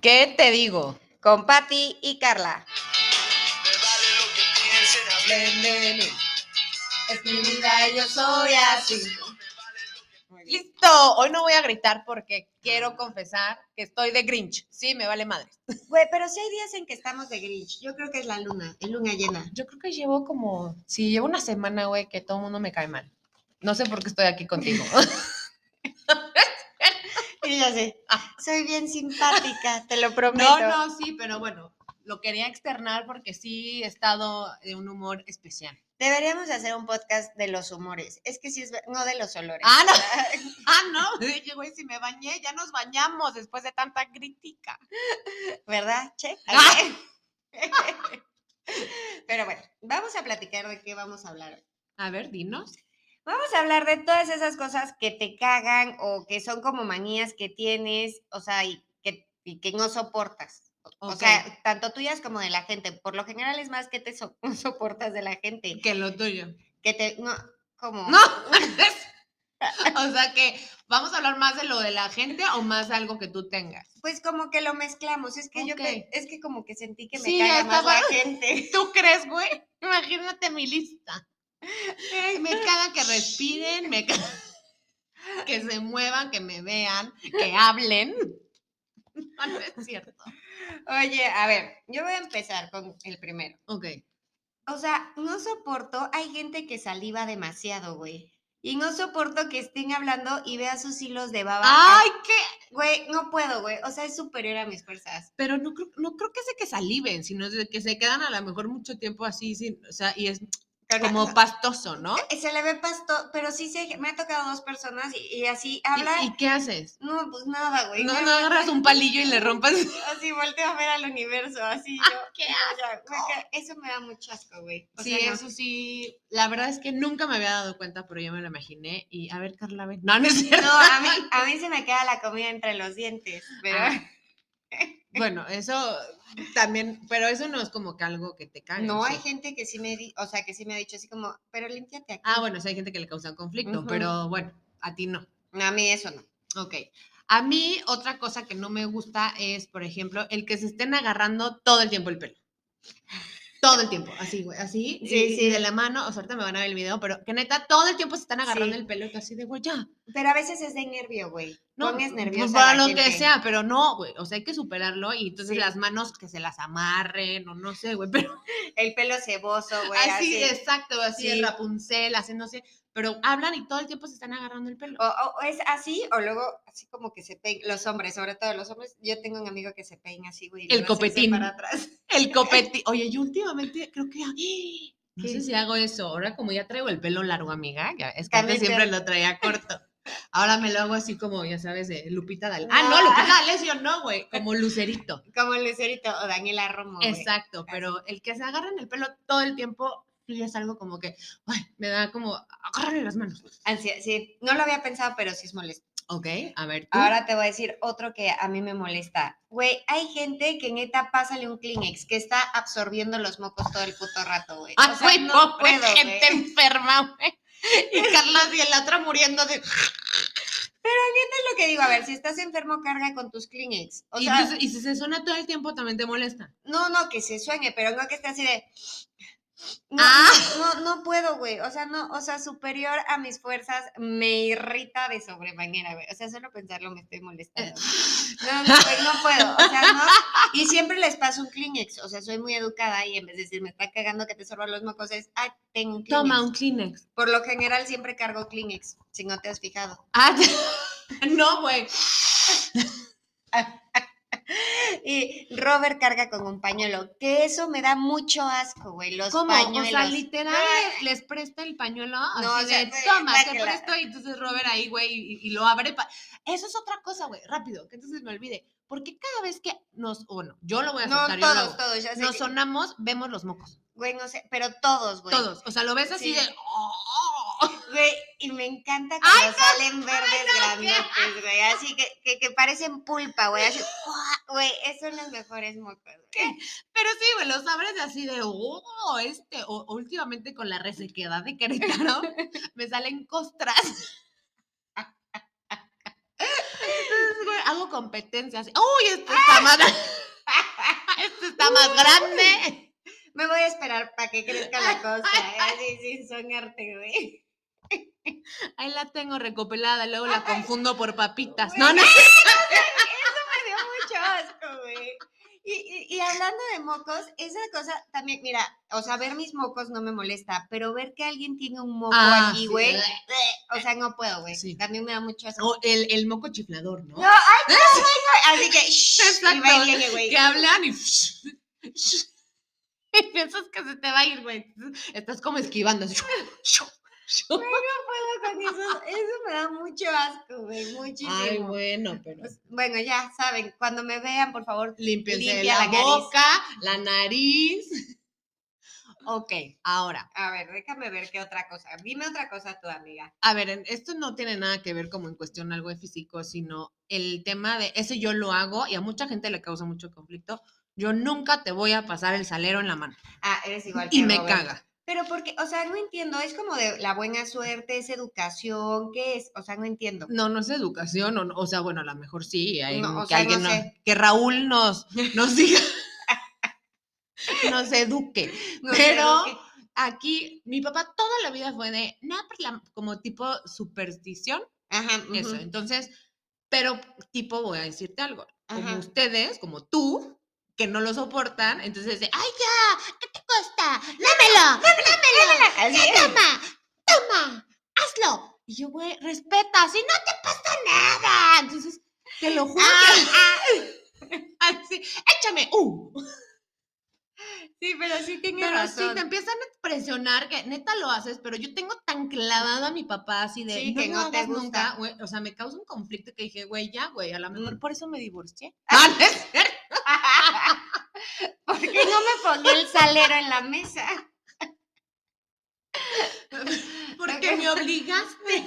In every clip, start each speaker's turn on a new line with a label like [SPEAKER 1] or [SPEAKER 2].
[SPEAKER 1] ¿Qué te digo?
[SPEAKER 2] Con Patti y Carla.
[SPEAKER 1] Es mi vida, yo soy así. Listo, hoy no voy a gritar porque quiero confesar que estoy de Grinch. Sí, me vale madre.
[SPEAKER 2] Güey, pero si hay días en que estamos de Grinch. Yo creo que es la luna, es luna llena.
[SPEAKER 1] Yo creo que llevo como, sí, llevo una semana, güey, que todo el mundo me cae mal. No sé por qué estoy aquí contigo.
[SPEAKER 2] Y ya sé. Soy bien simpática, te lo prometo.
[SPEAKER 1] ah. No, no, sí, pero bueno, lo quería externar porque sí he estado de un humor especial.
[SPEAKER 2] Deberíamos hacer un podcast de los humores. Es que sí es, ve- no de los olores.
[SPEAKER 1] Ah, no. Ah, no. Dije, güey, si me bañé, ya nos bañamos después de tanta crítica.
[SPEAKER 2] ¿Verdad, Che? eh.
[SPEAKER 1] Ah.
[SPEAKER 2] Pero bueno, vamos a platicar de qué vamos a hablar hoy.
[SPEAKER 1] A ver, dinos.
[SPEAKER 2] Vamos a hablar de todas esas cosas que te cagan o que son como manías que tienes, o sea, y que, y que no soportas. O
[SPEAKER 1] Ok,
[SPEAKER 2] sea, tanto tuyas como de la gente. Por lo general es más que te so- no soportas de la gente.
[SPEAKER 1] que lo tuyo.
[SPEAKER 2] Que te, no, como...
[SPEAKER 1] No. o sea que vamos a hablar más de lo de la gente o más algo que tú tengas.
[SPEAKER 2] Pues como que lo mezclamos. Es que yo
[SPEAKER 1] Ok.
[SPEAKER 2] que, es que como que sentí que me
[SPEAKER 1] Sí, ya
[SPEAKER 2] caga más la
[SPEAKER 1] estaba-
[SPEAKER 2] gente.
[SPEAKER 1] ¿Tú crees, güey? Imagínate mi lista. Me caga que respiren, me caga que se muevan, que me vean, que hablen. No, no es cierto.
[SPEAKER 2] Oye, a ver, yo voy a empezar con el primero.
[SPEAKER 1] Ok.
[SPEAKER 2] O sea, no soporto, hay gente que saliva demasiado, güey. Y no soporto que estén hablando y vea sus hilos de baba.
[SPEAKER 1] Ay, qué.
[SPEAKER 2] Güey, no puedo, güey. O sea, es superior a mis fuerzas.
[SPEAKER 1] Pero no creo, no creo que se que saliven, sino de que se quedan a lo mejor mucho tiempo así, sin, o sea, y es
[SPEAKER 2] Con-
[SPEAKER 1] como pastoso, ¿no?
[SPEAKER 2] eh, se le ve pasto, pero sí se, me ha tocado dos personas y, y
[SPEAKER 1] ¿Y-
[SPEAKER 2] así habla.
[SPEAKER 1] ¿Y, qué haces?
[SPEAKER 2] No, pues nada, güey.
[SPEAKER 1] No,
[SPEAKER 2] me-
[SPEAKER 1] no agarras un palillo y le rompas.
[SPEAKER 2] Así volteo a ver al universo, así yo.
[SPEAKER 1] qué
[SPEAKER 2] o sea, me ca- eso me da mucho asco, güey. O
[SPEAKER 1] Sí,
[SPEAKER 2] sea, no.
[SPEAKER 1] eso sí. La verdad es que nunca me había dado cuenta, pero yo me lo imaginé. Y a ver, Carla, a ver. No, no es cierto.
[SPEAKER 2] No, a mí, a mí se me queda la comida entre los dientes, pero
[SPEAKER 1] Ah, Bueno, eso también, pero eso no es como que algo que te cague.
[SPEAKER 2] no
[SPEAKER 1] o sea.
[SPEAKER 2] hay gente que sí me di- o sea, que sí me ha dicho así como, pero límpiate aquí.
[SPEAKER 1] Ah, bueno, sí hay gente que le causa conflicto,
[SPEAKER 2] Ujú.
[SPEAKER 1] pero bueno, a ti no.
[SPEAKER 2] No, a mí eso no.
[SPEAKER 1] Ok. A mí otra cosa que no me gusta es, por ejemplo, el que se estén agarrando todo el tiempo el pelo. Todo el tiempo, así, güey, así.
[SPEAKER 2] Sí,
[SPEAKER 1] y- y
[SPEAKER 2] sí.
[SPEAKER 1] De la mano, o sea, ahorita me van a ver el video, pero que neta, todo el tiempo se están agarrando
[SPEAKER 2] Sí.
[SPEAKER 1] el pelo, que así de, güey, ya.
[SPEAKER 2] Pero a veces es de nervio, güey. No,
[SPEAKER 1] No,
[SPEAKER 2] Pones
[SPEAKER 1] pues,
[SPEAKER 2] nerviosa a
[SPEAKER 1] para
[SPEAKER 2] la
[SPEAKER 1] lo que
[SPEAKER 2] gente.
[SPEAKER 1] sea, pero no, güey. O sea, hay que superarlo y entonces
[SPEAKER 2] Sí.
[SPEAKER 1] las manos que se las amarren o no sé, güey. Pero
[SPEAKER 2] El pelo ceboso, güey,
[SPEAKER 1] así,
[SPEAKER 2] así.
[SPEAKER 1] exacto, así
[SPEAKER 2] Sí.
[SPEAKER 1] de Rapunzel, así no sé. Pero hablan y todo el tiempo se están agarrando el pelo.
[SPEAKER 2] O, o- o es así, o luego así como que se peinan, los hombres, sobre todo los hombres, yo tengo un amigo que se peina así, güey. y
[SPEAKER 1] El
[SPEAKER 2] luego se hace
[SPEAKER 1] copetín.
[SPEAKER 2] Para atrás.
[SPEAKER 1] El copete. Oye, yo últimamente creo que. ¡ay! No
[SPEAKER 2] ¿Qué?
[SPEAKER 1] sé si hago eso. Ahora, como ya traigo el pelo largo, amiga, ya, es que antes
[SPEAKER 2] También te-
[SPEAKER 1] siempre lo traía corto. Ahora me lo hago así como, ya sabes, de Lupita Dal. Ah,
[SPEAKER 2] Ah.
[SPEAKER 1] no, Lupita D'Alessio no, güey. Como lucerito.
[SPEAKER 2] Como Lucerito o Daniela Romo, güey.
[SPEAKER 1] Exacto, pero el que se agarran el pelo todo el tiempo sí es algo como que, ay, me da como, agárrale las manos.
[SPEAKER 2] Ansia- sí, no lo había pensado, pero sí es molesto.
[SPEAKER 1] Ok, a ver, tú.
[SPEAKER 2] Ahora te voy a decir otro que a mí me molesta. Güey, hay gente que neta pásale un Kleenex, que está absorbiendo los mocos todo el puto rato, güey.
[SPEAKER 1] Ay,
[SPEAKER 2] O sea,
[SPEAKER 1] Ah, güey,
[SPEAKER 2] no
[SPEAKER 1] pobre
[SPEAKER 2] puedo, ¿eh?
[SPEAKER 1] gente
[SPEAKER 2] güey.
[SPEAKER 1] enferma, güey. Y Carla y la otra muriendo de...
[SPEAKER 2] Es lo que digo, a ver, si estás enfermo, carga con tus Kleenex. O
[SPEAKER 1] y,
[SPEAKER 2] sea,
[SPEAKER 1] pues, y si se suena todo el tiempo también te molesta.
[SPEAKER 2] no, no, que se sueñe, pero no que esté así de... No,
[SPEAKER 1] Ah.
[SPEAKER 2] no, no puedo, güey. O sea, no, o sea, superior a mis fuerzas me irrita de sobremanera, güey. O sea, solo pensarlo me estoy molestando. No, no, güey, no puedo. O sea, no. Y siempre les paso un Kleenex. O sea, soy muy educada y en vez de decir me está cagando que te sorban los mocos, es, ay, tengo un Kleenex.
[SPEAKER 1] Toma un Kleenex.
[SPEAKER 2] Por lo general siempre cargo Kleenex, si no te has fijado.
[SPEAKER 1] Ah, te- no, güey.
[SPEAKER 2] Y Robert carga con un pañuelo, que eso me da mucho asco, güey. Los
[SPEAKER 1] ¿Cómo?
[SPEAKER 2] pañuelos.
[SPEAKER 1] O sea, literal, les, les presta el pañuelo así
[SPEAKER 2] No, o sea,
[SPEAKER 1] de,
[SPEAKER 2] güey,
[SPEAKER 1] toma, te
[SPEAKER 2] guácala.
[SPEAKER 1] presto, y entonces Robert ahí, güey, y, y lo abre. pa- Eso es otra cosa, güey, rápido, que entonces me olvide. Porque cada vez que nos, bueno, yo lo voy a
[SPEAKER 2] no,
[SPEAKER 1] aceptar, yo lo
[SPEAKER 2] todos,
[SPEAKER 1] hago.
[SPEAKER 2] todos, ya sé.
[SPEAKER 1] Nos
[SPEAKER 2] que-
[SPEAKER 1] sonamos, vemos los mocos,
[SPEAKER 2] Güey, no sé, pero todos, güey.
[SPEAKER 1] todos. O sea, lo ves así
[SPEAKER 2] Sí.
[SPEAKER 1] de, "Oh".
[SPEAKER 2] Güey, y me encanta cuando salen verdes grandotes, güey. Así que, que, que parecen pulpa, güey. Así, ¡guau! güey, esos son los mejores mocos, güey.
[SPEAKER 1] Pero sí, güey, los abres así de, oh, este, o o últimamente con la resequedad de Querétaro, me salen costras. Entonces, güey, hago competencias. ¡Uy, este está más, este está más grande!
[SPEAKER 2] Me voy a esperar para que crezca la cosa, ¿eh? Así sin soñarte, güey.
[SPEAKER 1] Ahí la tengo recopilada, luego la
[SPEAKER 2] Ay.
[SPEAKER 1] confundo por papitas.
[SPEAKER 2] Güey,
[SPEAKER 1] No, no.
[SPEAKER 2] Eso me dio mucho asco, güey. Y, y- y hablando de mocos, esa cosa también, mira, o sea, ver mis mocos no me molesta, pero ver que alguien tiene un moco
[SPEAKER 1] Ah,
[SPEAKER 2] aquí,
[SPEAKER 1] sí.
[SPEAKER 2] güey, eh, o sea, no puedo, güey.
[SPEAKER 1] Sí.
[SPEAKER 2] También me da mucho asco.
[SPEAKER 1] O el, el moco chiflador, ¿no?
[SPEAKER 2] No, ay, no, güey, no. Así que, shh, y va y
[SPEAKER 1] Exacto.
[SPEAKER 2] viene, güey.
[SPEAKER 1] que hablan y... y piensas que se te va a ir, güey. Estás como esquivando. así.
[SPEAKER 2] puedo con eso, eso me da mucho asco, güey, muchísimo.
[SPEAKER 1] Ay, bueno, pero...
[SPEAKER 2] Pues, bueno, ya saben, cuando me vean, por favor,
[SPEAKER 1] Límpiense
[SPEAKER 2] Limpia
[SPEAKER 1] la,
[SPEAKER 2] la nariz.
[SPEAKER 1] boca, la nariz. Ok, ahora,
[SPEAKER 2] a ver, déjame ver qué otra cosa. Dime otra cosa tu amiga.
[SPEAKER 1] a ver, en- esto no tiene nada que ver como en cuestión algo de físico, sino el tema de, eso yo lo hago y a mucha gente le causa mucho conflicto, yo nunca te voy a pasar el salero en la mano.
[SPEAKER 2] Ah, eres igual que
[SPEAKER 1] Y me
[SPEAKER 2] Robert.
[SPEAKER 1] caga.
[SPEAKER 2] Pero porque, o sea, no entiendo, es como de la buena suerte, es educación, ¿qué es? O sea, no entiendo.
[SPEAKER 1] No, no es educación, o, no- o sea, bueno, a lo mejor sí, hay
[SPEAKER 2] No, o
[SPEAKER 1] que
[SPEAKER 2] sea, no
[SPEAKER 1] alguien no-
[SPEAKER 2] sé.
[SPEAKER 1] que Raúl nos, nos diga, nos eduque.
[SPEAKER 2] No sé,
[SPEAKER 1] Pero-
[SPEAKER 2] ¿qué?
[SPEAKER 1] Aquí, mi papá toda la vida fue de, nada, pues, la- como tipo superstición,
[SPEAKER 2] Ajá,
[SPEAKER 1] Eso,
[SPEAKER 2] ujú,
[SPEAKER 1] entonces, pero tipo, voy a decirte algo, como
[SPEAKER 2] ajá.
[SPEAKER 1] ustedes, como tú, que no lo soportan, entonces de, ay ya, ¿qué te cuesta? Dámelo, dámelo,
[SPEAKER 2] Así
[SPEAKER 1] ya,
[SPEAKER 2] es.
[SPEAKER 1] toma, toma, hazlo. Y yo, güey, respeta, si no te pasa nada. Entonces, te lo juro. que- Así, échame, uh.
[SPEAKER 2] Sí, pero sí tienes
[SPEAKER 1] Pero si
[SPEAKER 2] razón.
[SPEAKER 1] te empiezan a presionar, que neta lo haces, pero yo tengo tan clavado a mi papá así de
[SPEAKER 2] Sí,
[SPEAKER 1] no,
[SPEAKER 2] que
[SPEAKER 1] lo
[SPEAKER 2] no te
[SPEAKER 1] hagas
[SPEAKER 2] gusta".
[SPEAKER 1] nunca, güey, o sea, me causa un conflicto que dije, güey, ya, güey, a lo mejor
[SPEAKER 2] Mm.
[SPEAKER 1] por eso me divorcié.
[SPEAKER 2] Ah,
[SPEAKER 1] no es cierto.
[SPEAKER 2] ¿Por qué no me ponía el salero en la mesa?
[SPEAKER 1] Porque me obligaste.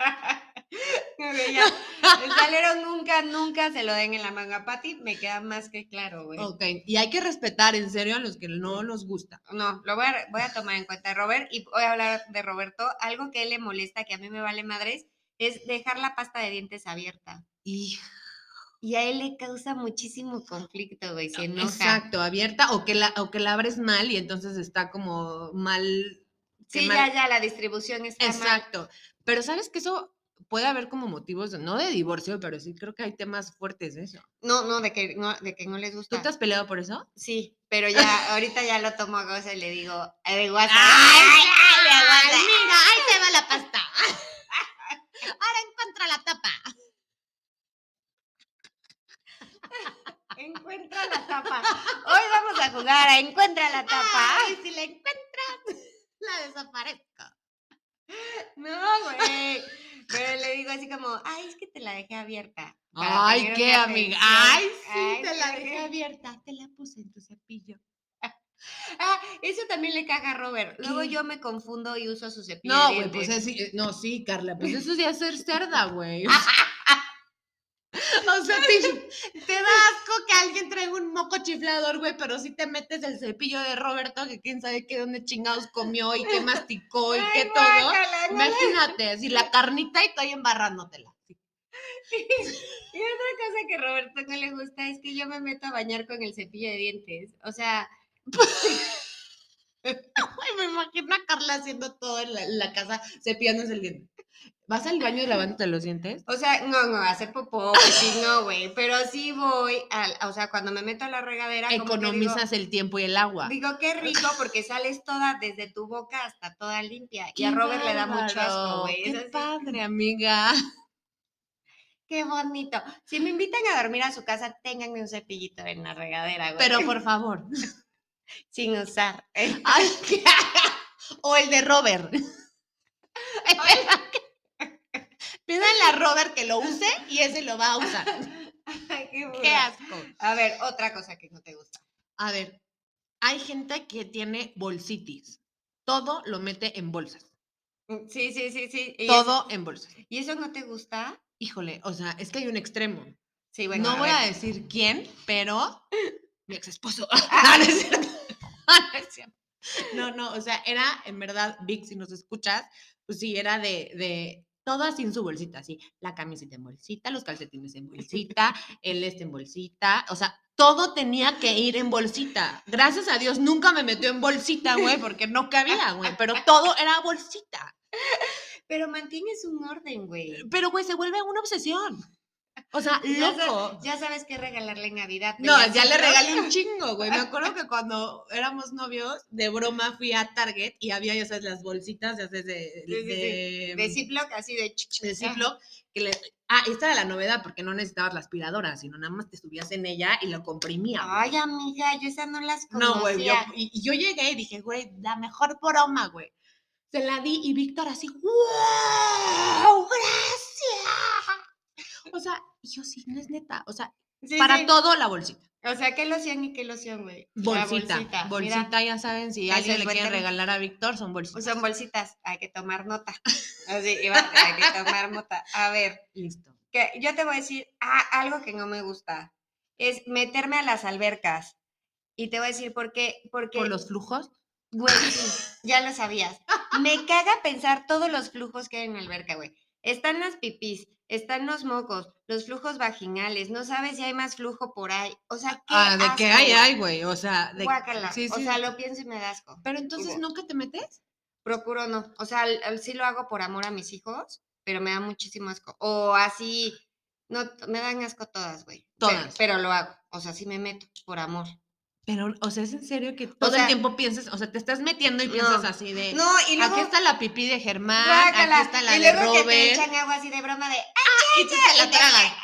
[SPEAKER 2] Ok, ya. El salero nunca, nunca se lo den en la manga Pati, me queda más que claro, güey.
[SPEAKER 1] Ok, y hay que respetar en serio a los que no nos gusta.
[SPEAKER 2] No, lo voy a, voy a tomar en cuenta, Robert, y voy a hablar de Roberto. Algo que a él le molesta, que a mí me vale madres, es dejar la pasta de dientes abierta.
[SPEAKER 1] Y
[SPEAKER 2] Y a él le causa muchísimo conflicto, güey, se enoja.
[SPEAKER 1] exacto, abierta o que la o que la abres mal y entonces está como mal qué
[SPEAKER 2] Sí,
[SPEAKER 1] mal.
[SPEAKER 2] ya, ya, la distribución está mal.
[SPEAKER 1] Exacto. Pero sabes que eso puede haber como motivos, no de divorcio, pero sí creo que hay temas fuertes de eso.
[SPEAKER 2] No, no, de que no, de que no les
[SPEAKER 1] ¿Tú
[SPEAKER 2] gusta.
[SPEAKER 1] te has peleado por eso?
[SPEAKER 2] Sí, pero ya, ahorita ya lo tomo a goza y le digo, "Ay, de
[SPEAKER 1] ¡Ay,
[SPEAKER 2] guasa,
[SPEAKER 1] ay,
[SPEAKER 2] ay, de guasa".
[SPEAKER 1] mira! ¡Ahí te va la pasta! Ahora encuentra la tapa.
[SPEAKER 2] Encuentra la tapa. Hoy vamos a jugar a Encuentra la tapa.
[SPEAKER 1] Y si la encuentras, la desaparezco.
[SPEAKER 2] No, güey. Pero le digo así como, ay, es que te la dejé abierta. para
[SPEAKER 1] ¡Ay,
[SPEAKER 2] tener
[SPEAKER 1] qué
[SPEAKER 2] una
[SPEAKER 1] amiga!
[SPEAKER 2] atención".
[SPEAKER 1] ¡Ay, sí! te
[SPEAKER 2] te
[SPEAKER 1] la dejé abierta. Te la puse en tu cepillo.
[SPEAKER 2] Ah, eso también le caga a Robert. Luego
[SPEAKER 1] ¿Qué?
[SPEAKER 2] yo me confundo y uso su cepillo.
[SPEAKER 1] No,
[SPEAKER 2] de
[SPEAKER 1] güey, pues
[SPEAKER 2] dientes.
[SPEAKER 1] es- eh, no, sí, Carla, pues eso es de hacer cerda, güey. O sea, o sea, te, te da asco que alguien traiga un moco chiflador, güey, pero sí te metes el cepillo de Roberto, que quién sabe qué, dónde chingados comió y qué masticó y
[SPEAKER 2] Ay,
[SPEAKER 1] qué todo.
[SPEAKER 2] guácala, no,
[SPEAKER 1] Imagínate, si la carnita y estoy embarrándotela.
[SPEAKER 2] Y otra cosa que a Roberto no le gusta es que yo me meto a bañar con el cepillo de dientes. O sea,
[SPEAKER 1] Ay, pues, me imagino a Carla haciendo todo en la, en la casa, cepillándose el diente. ¿Vas al baño y lavándote los dientes?
[SPEAKER 2] o sea, no, no, hacer popó, pues sí, no, güey. Pero sí voy, al- o sea, cuando me meto a la regadera, como que digo,
[SPEAKER 1] Economizas el tiempo y el agua.
[SPEAKER 2] Digo, qué rico porque sales toda desde tu boca hasta toda limpia. Y a
[SPEAKER 1] ¡Qué
[SPEAKER 2] Robert le da mucho asco,
[SPEAKER 1] bárbaro!
[SPEAKER 2] güey. Es
[SPEAKER 1] ¡Qué
[SPEAKER 2] así,
[SPEAKER 1] padre, amiga!
[SPEAKER 2] qué bonito. Si me invitan a dormir a su casa, ténganme un cepillito en la regadera, güey.
[SPEAKER 1] Pero por favor.
[SPEAKER 2] sin usar.
[SPEAKER 1] Ay, qué- o el de Robert. Pídanle a Robert que lo use y ese lo va a usar.
[SPEAKER 2] Ay, qué
[SPEAKER 1] ¡Qué
[SPEAKER 2] burra.
[SPEAKER 1] asco!
[SPEAKER 2] a ver, otra cosa que no te gusta.
[SPEAKER 1] A ver, hay gente que tiene bolsitis. Todo lo mete en bolsas.
[SPEAKER 2] Mm, Sí, sí, sí, sí. ¿Y eso,
[SPEAKER 1] Todo en bolsas.
[SPEAKER 2] ¿Y eso no te gusta?
[SPEAKER 1] Híjole, o sea, es que hay un extremo.
[SPEAKER 2] Sí, bueno.
[SPEAKER 1] no
[SPEAKER 2] a
[SPEAKER 1] voy a
[SPEAKER 2] ver.
[SPEAKER 1] decir quién, pero mi ex esposo. no,
[SPEAKER 2] Ah.
[SPEAKER 1] no es cierto. No, es cierto. No, no, o sea, era en verdad, Vic, si nos escuchas, pues sí, era de, de todo así en su bolsita, así, la camiseta en bolsita, los calcetines en bolsita, el este en bolsita, o sea, todo tenía que ir en bolsita. Gracias a Dios nunca me metió en bolsita, güey, porque no cabía, güey, pero todo era bolsita.
[SPEAKER 2] Pero mantienes un orden, güey.
[SPEAKER 1] Pero, güey, se vuelve una obsesión. O sea,
[SPEAKER 2] Ya sa-
[SPEAKER 1] loco.
[SPEAKER 2] Ya sabes qué regalarle en Navidad.
[SPEAKER 1] No,
[SPEAKER 2] Peña
[SPEAKER 1] ya le
[SPEAKER 2] Fiel.
[SPEAKER 1] regalé un chingo, güey. Me acuerdo que cuando éramos novios, de broma fui a Target y había, ya sabes, las bolsitas, ya sabes, de...
[SPEAKER 2] Sí, sí, sí.
[SPEAKER 1] de-
[SPEAKER 2] De Ziploc, así de ch- ch-
[SPEAKER 1] de
[SPEAKER 2] ch-
[SPEAKER 1] Ziploc, que le... Ah, esta era la novedad, porque no necesitabas la aspiradora, sino nada más te subías en ella y lo comprimías. güey.
[SPEAKER 2] Ay, amiga, yo esas no las conocía.
[SPEAKER 1] no, güey, yo, y, y yo llegué y dije, güey, la mejor broma, güey. Se la di y Víctor así, ¡wow! ¡Gracias! O sea, y yo sí, no es neta. O sea,
[SPEAKER 2] Sí,
[SPEAKER 1] para
[SPEAKER 2] sí.
[SPEAKER 1] todo la bolsita.
[SPEAKER 2] O sea, ¿qué loción y qué loción, güey? La
[SPEAKER 1] Bolsita, bolsita,
[SPEAKER 2] mira.
[SPEAKER 1] ya saben, si
[SPEAKER 2] Ese
[SPEAKER 1] alguien
[SPEAKER 2] es
[SPEAKER 1] le
[SPEAKER 2] buen
[SPEAKER 1] quiere
[SPEAKER 2] tema.
[SPEAKER 1] regalar a Víctor, son bolsitas.
[SPEAKER 2] Son bolsitas, hay que tomar nota. Así, iba, hay que tomar nota. A ver,
[SPEAKER 1] Listo.
[SPEAKER 2] que yo te voy a decir ah, algo que no me gusta. Es meterme a las albercas. Y te voy a decir por qué. Porque,
[SPEAKER 1] Por los flujos.
[SPEAKER 2] güey, sí, ya lo sabías. Me caga pensar todos los flujos que hay en la alberca, güey. Están las pipís, están los mocos, los flujos vaginales. No sabes si hay más flujo por ahí. O sea, qué
[SPEAKER 1] Ah, de que
[SPEAKER 2] asco,
[SPEAKER 1] hay,
[SPEAKER 2] güey.
[SPEAKER 1] hay, güey. O sea, de
[SPEAKER 2] Guácala.
[SPEAKER 1] sí,
[SPEAKER 2] O
[SPEAKER 1] sí.
[SPEAKER 2] sea, lo pienso y me da asco.
[SPEAKER 1] Pero entonces
[SPEAKER 2] Hugo.
[SPEAKER 1] nunca te metes.
[SPEAKER 2] Procuro no. O sea, al- al- sí lo hago por amor a mis hijos, pero me da muchísimo asco. O así, no, me dan asco todas, güey. Pe-
[SPEAKER 1] Todas.
[SPEAKER 2] Pero, lo hago. O sea, sí me meto, por amor.
[SPEAKER 1] Pero, o sea, es en serio que todo el
[SPEAKER 2] sea-
[SPEAKER 1] tiempo piensas, o sea, te estás metiendo y piensas
[SPEAKER 2] No.
[SPEAKER 1] así de.
[SPEAKER 2] No, y luego...
[SPEAKER 1] Eh, aquí está la pipí de Germán,
[SPEAKER 2] guácala,
[SPEAKER 1] aquí está la
[SPEAKER 2] y
[SPEAKER 1] de
[SPEAKER 2] luego que te
[SPEAKER 1] Robert.
[SPEAKER 2] echan agua así de broma de... "Ah,
[SPEAKER 1] y tú te la
[SPEAKER 2] ya,
[SPEAKER 1] tragas.
[SPEAKER 2] ya, eh,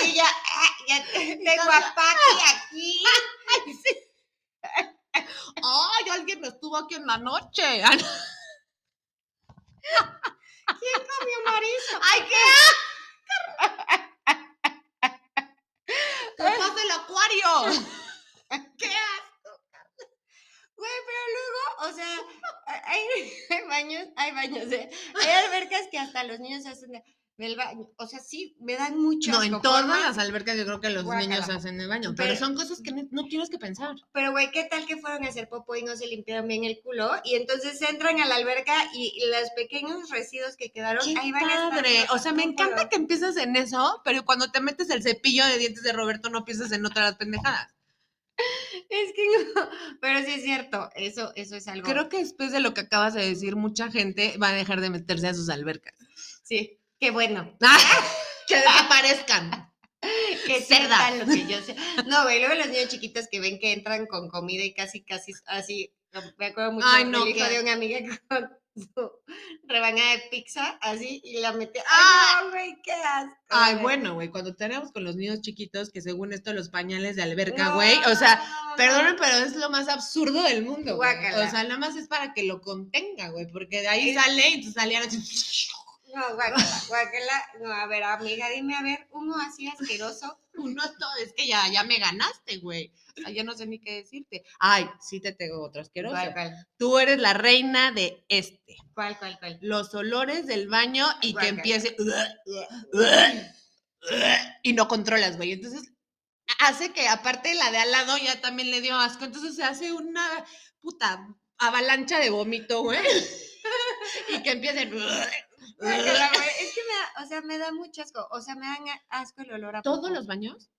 [SPEAKER 2] Así ya, ah, ya tengo
[SPEAKER 1] Entonces-
[SPEAKER 2] a Paqui aquí.
[SPEAKER 1] ¡Ay, alguien estuvo aquí en la noche! ¡Ay,
[SPEAKER 2] ¿Quién comió marisco?
[SPEAKER 1] qué asco! ¡Capaz del acuario!
[SPEAKER 2] ¡Qué asco! Güey, pero luego, o sea, a- hay, hay baños, hay baños, ¿eh? Hay albercas que hasta los niños hacen de- del baño. O sea, sí, me dan mucho
[SPEAKER 1] No,
[SPEAKER 2] asco,
[SPEAKER 1] en
[SPEAKER 2] por
[SPEAKER 1] todas
[SPEAKER 2] más-
[SPEAKER 1] las albercas yo creo que los
[SPEAKER 2] Guácala.
[SPEAKER 1] niños hacen el baño, pero,
[SPEAKER 2] Pero-
[SPEAKER 1] son cosas que no, no tienes que pensar.
[SPEAKER 2] Pero, güey, ¿qué tal que fueron a hacer popo y no se limpiaron bien el culo? Y entonces entran a la alberca y, y los pequeños residuos que quedaron,
[SPEAKER 1] ¡Qué
[SPEAKER 2] ahí van a estar
[SPEAKER 1] padre!
[SPEAKER 2] todo-
[SPEAKER 1] O sea, me
[SPEAKER 2] todo
[SPEAKER 1] encanta
[SPEAKER 2] por-
[SPEAKER 1] que empiezas en eso, pero cuando te metes el cepillo de dientes de Roberto no piensas en otras pendejadas.
[SPEAKER 2] Es que no, pero sí es cierto, eso, eso es algo...
[SPEAKER 1] Creo que después de lo que acabas de decir, mucha gente va a dejar de meterse a sus albercas.
[SPEAKER 2] Sí, qué bueno.
[SPEAKER 1] que desaparezcan.
[SPEAKER 2] que
[SPEAKER 1] Cerda.
[SPEAKER 2] cerda lo que yo sé. No, güey, luego los niños chiquitos que ven que entran con comida y casi, casi así. Me acuerdo mucho
[SPEAKER 1] Ay,
[SPEAKER 2] del
[SPEAKER 1] no,
[SPEAKER 2] hijo
[SPEAKER 1] qué-
[SPEAKER 2] de una amiga con su rebanada de pizza así y la mete.
[SPEAKER 1] Ah.
[SPEAKER 2] ¡Ay, no, güey, qué asco!
[SPEAKER 1] Ay,
[SPEAKER 2] güey!
[SPEAKER 1] bueno, güey, cuando tenemos con los niños chiquitos, que según esto los pañales de alberca,
[SPEAKER 2] No,
[SPEAKER 1] güey, o sea,
[SPEAKER 2] no, no,
[SPEAKER 1] perdonen, pero es lo más absurdo del mundo, güey.
[SPEAKER 2] Guácala.
[SPEAKER 1] O sea, nada más es para que lo contenga, güey, porque de ahí
[SPEAKER 2] Es-
[SPEAKER 1] sale y tú salían así,
[SPEAKER 2] No, guácala, guácala. No, a ver, amiga, dime, a ver, uno así asqueroso.
[SPEAKER 1] uno todo, es que ya, ya me ganaste, güey. O sea, ya no sé ni qué decirte. Ay, sí te tengo otro asqueroso.
[SPEAKER 2] ¿Cuál, cuál?
[SPEAKER 1] Tú eres la reina de este.
[SPEAKER 2] ¿Cuál, cuál, cuál?
[SPEAKER 1] los olores del baño y que
[SPEAKER 2] Guácala.
[SPEAKER 1] empiece y no controlas, güey. Entonces hace que aparte la de al lado ya también le dio asco, entonces se hace una puta avalancha de vómito, güey. Y que empiecen
[SPEAKER 2] Guácala, güey, Es que me da, o sea, me da mucho asco. O sea, me dan asco el olor a
[SPEAKER 1] todos
[SPEAKER 2] popo.
[SPEAKER 1] los baños,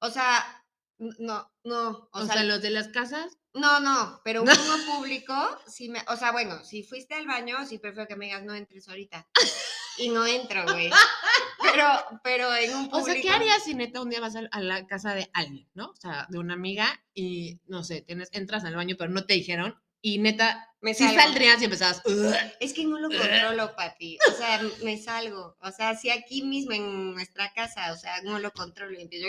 [SPEAKER 2] O sea, n- no, no.
[SPEAKER 1] o, sea, los de las casas,
[SPEAKER 2] No, no, pero
[SPEAKER 1] No.
[SPEAKER 2] uno público, sí me, o sea, bueno, si fuiste al baño, sí prefiero que me digas no entres ahorita. Y no entro, güey. Pero, pero en un
[SPEAKER 1] o
[SPEAKER 2] público.
[SPEAKER 1] sea, ¿qué harías si neta un día vas al- a la casa de alguien, no? O sea, de una amiga y no sé, tienes entras al baño pero no te dijeron y neta
[SPEAKER 2] Me
[SPEAKER 1] sí
[SPEAKER 2] salgo.
[SPEAKER 1] saldrías y empezabas
[SPEAKER 2] Es que no lo controlo, papi. O sea, m- me salgo. O sea, sí aquí mismo en nuestra casa, o sea, no lo controlo. y empiezo,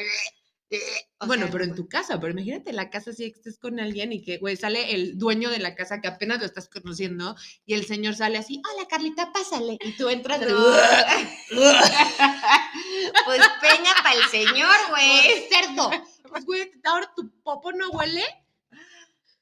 [SPEAKER 2] o
[SPEAKER 1] bueno,
[SPEAKER 2] sea,
[SPEAKER 1] pero
[SPEAKER 2] no
[SPEAKER 1] en tu casa, pero imagínate la casa si estés con alguien y que, güey, sale el dueño de la casa que apenas lo estás conociendo y el señor sale así, hola Carlita, pásale. Y tú entras de,
[SPEAKER 2] No. puedo. Pues peña para el señor, güey.
[SPEAKER 1] ¡Pobre cerdo! Pues, güey, ahora tu popo no huele.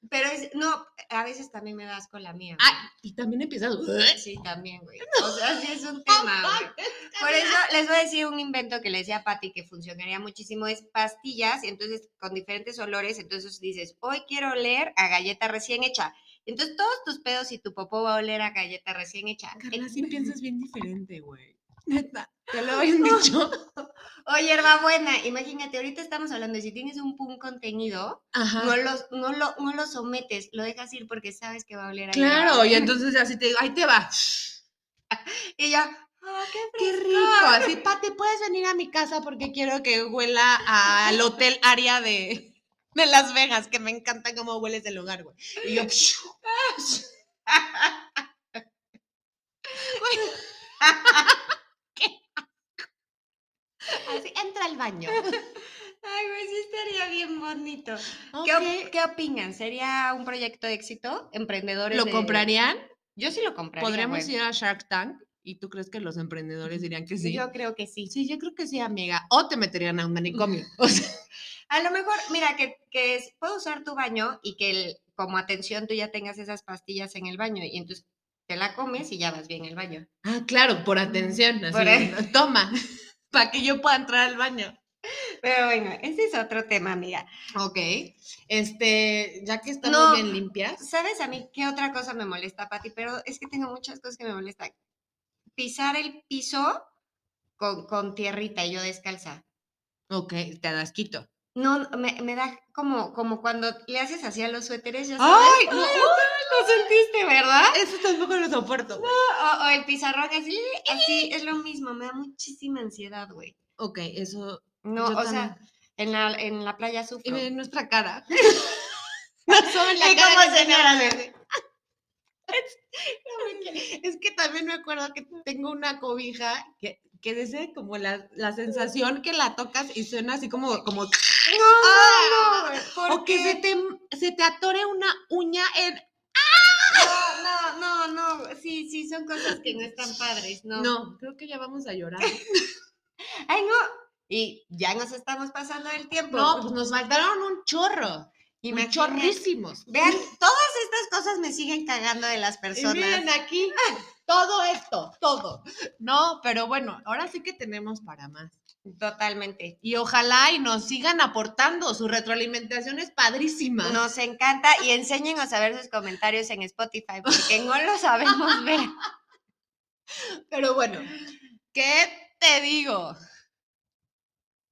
[SPEAKER 2] Pero es, no, a veces también me das con la mía. güey.
[SPEAKER 1] Ah, y también empiezas,
[SPEAKER 2] Sí, también, güey. O sea, sí es un tema, güey. Por eso les voy a decir un invento que le decía a Patti que funcionaría muchísimo, es pastillas, y entonces con diferentes olores, entonces dices, hoy quiero oler a galleta recién hecha. Entonces todos tus pedos y tu popó va a oler a galleta recién hecha.
[SPEAKER 1] Carla, sí piensas bien diferente, güey. Neta, te lo habían dicho.
[SPEAKER 2] Eh, Oye, hermabuena, imagínate, ahorita estamos hablando, si tienes un pun contenido,
[SPEAKER 1] Ajá.
[SPEAKER 2] no, los, no, lo, no lo sometes, lo dejas ir porque sabes que va a oler a
[SPEAKER 1] Claro,
[SPEAKER 2] hierba.
[SPEAKER 1] y entonces así te digo, ahí te va.
[SPEAKER 2] Y ya, ¡ah, qué
[SPEAKER 1] ¡Qué
[SPEAKER 2] fresco!
[SPEAKER 1] rico! Así, Pati, puedes venir a mi casa porque quiero que huela al hotel área de, de Las Vegas, que me encanta cómo hueles del hogar, güey. Y yo, ¡pshu! así, entra al baño.
[SPEAKER 2] Ay, güey, sí estaría bien bonito. ¿Qué,
[SPEAKER 1] Ok.
[SPEAKER 2] op- qué opinan? ¿Sería un proyecto de éxito? ¿Emprendedores?
[SPEAKER 1] ¿Lo
[SPEAKER 2] de-
[SPEAKER 1] comprarían?
[SPEAKER 2] Yo sí lo compraría,
[SPEAKER 1] ¿Podríamos
[SPEAKER 2] güey.
[SPEAKER 1] ir a Shark Tank? ¿Y tú crees que los emprendedores dirían que sí?
[SPEAKER 2] Yo creo que sí.
[SPEAKER 1] Sí, yo creo que sí, amiga. O te meterían a un manicomio. O sea,
[SPEAKER 2] A lo mejor, mira, que, que es- puedo usar tu baño y que el- como atención tú ya tengas esas pastillas en el baño y entonces te la comes y ya vas bien al baño.
[SPEAKER 1] ah, claro, por atención. así,
[SPEAKER 2] Por a-
[SPEAKER 1] Toma, para que yo pueda entrar al baño.
[SPEAKER 2] Pero bueno, ese es otro tema, amiga.
[SPEAKER 1] Ok. Este, ya que estamos
[SPEAKER 2] No.
[SPEAKER 1] bien limpias.
[SPEAKER 2] ¿Sabes a mí qué otra cosa me molesta, Pati? Pero es que tengo muchas cosas que me molestan. Pisar el piso con, con tierrita y yo descalza.
[SPEAKER 1] Ok, te das quito.
[SPEAKER 2] No, no, me, me da como, como cuando le haces así a los suéteres, ya sabes.
[SPEAKER 1] ¡Ay! No,
[SPEAKER 2] lo sentiste, ¿verdad?
[SPEAKER 1] eso tampoco lo soporto.
[SPEAKER 2] O, o el pizarrón así, así es lo mismo, me da muchísima ansiedad, güey.
[SPEAKER 1] Ok, eso.
[SPEAKER 2] No,
[SPEAKER 1] yo
[SPEAKER 2] o sea,
[SPEAKER 1] también.
[SPEAKER 2] en la, en la playa sufro.
[SPEAKER 1] Y ve nuestra cara. No saben la
[SPEAKER 2] Sí,
[SPEAKER 1] cara
[SPEAKER 2] como
[SPEAKER 1] que
[SPEAKER 2] señora,
[SPEAKER 1] tenemos. Es- Es que también me acuerdo que tengo una cobija que, que es ese como la, la sensación que la tocas y suena así como, como
[SPEAKER 2] No,
[SPEAKER 1] Ah,
[SPEAKER 2] no, no, güey, ¿por
[SPEAKER 1] o que se
[SPEAKER 2] qué?
[SPEAKER 1] te, se te atore una uña en.
[SPEAKER 2] No, no, no, no, sí, sí, son cosas que no están padres, ¿no?
[SPEAKER 1] No. creo que ya vamos a llorar.
[SPEAKER 2] Ay, no. Y ya nos estamos pasando el tiempo.
[SPEAKER 1] No, pues nos faltaron un chorro. Y
[SPEAKER 2] Imagina-
[SPEAKER 1] chorrísimos.
[SPEAKER 2] Vean, todas estas cosas me siguen cagando de las
[SPEAKER 1] Y
[SPEAKER 2] personas.
[SPEAKER 1] miren aquí todo esto, todo. No, pero bueno, ahora sí que tenemos para más.
[SPEAKER 2] Totalmente.
[SPEAKER 1] Y ojalá y nos sigan aportando. Su retroalimentación es padrísima.
[SPEAKER 2] Nos encanta y enséñenos a ver sus comentarios en Spotify porque no lo sabemos ver.
[SPEAKER 1] Pero bueno, ¿qué te digo?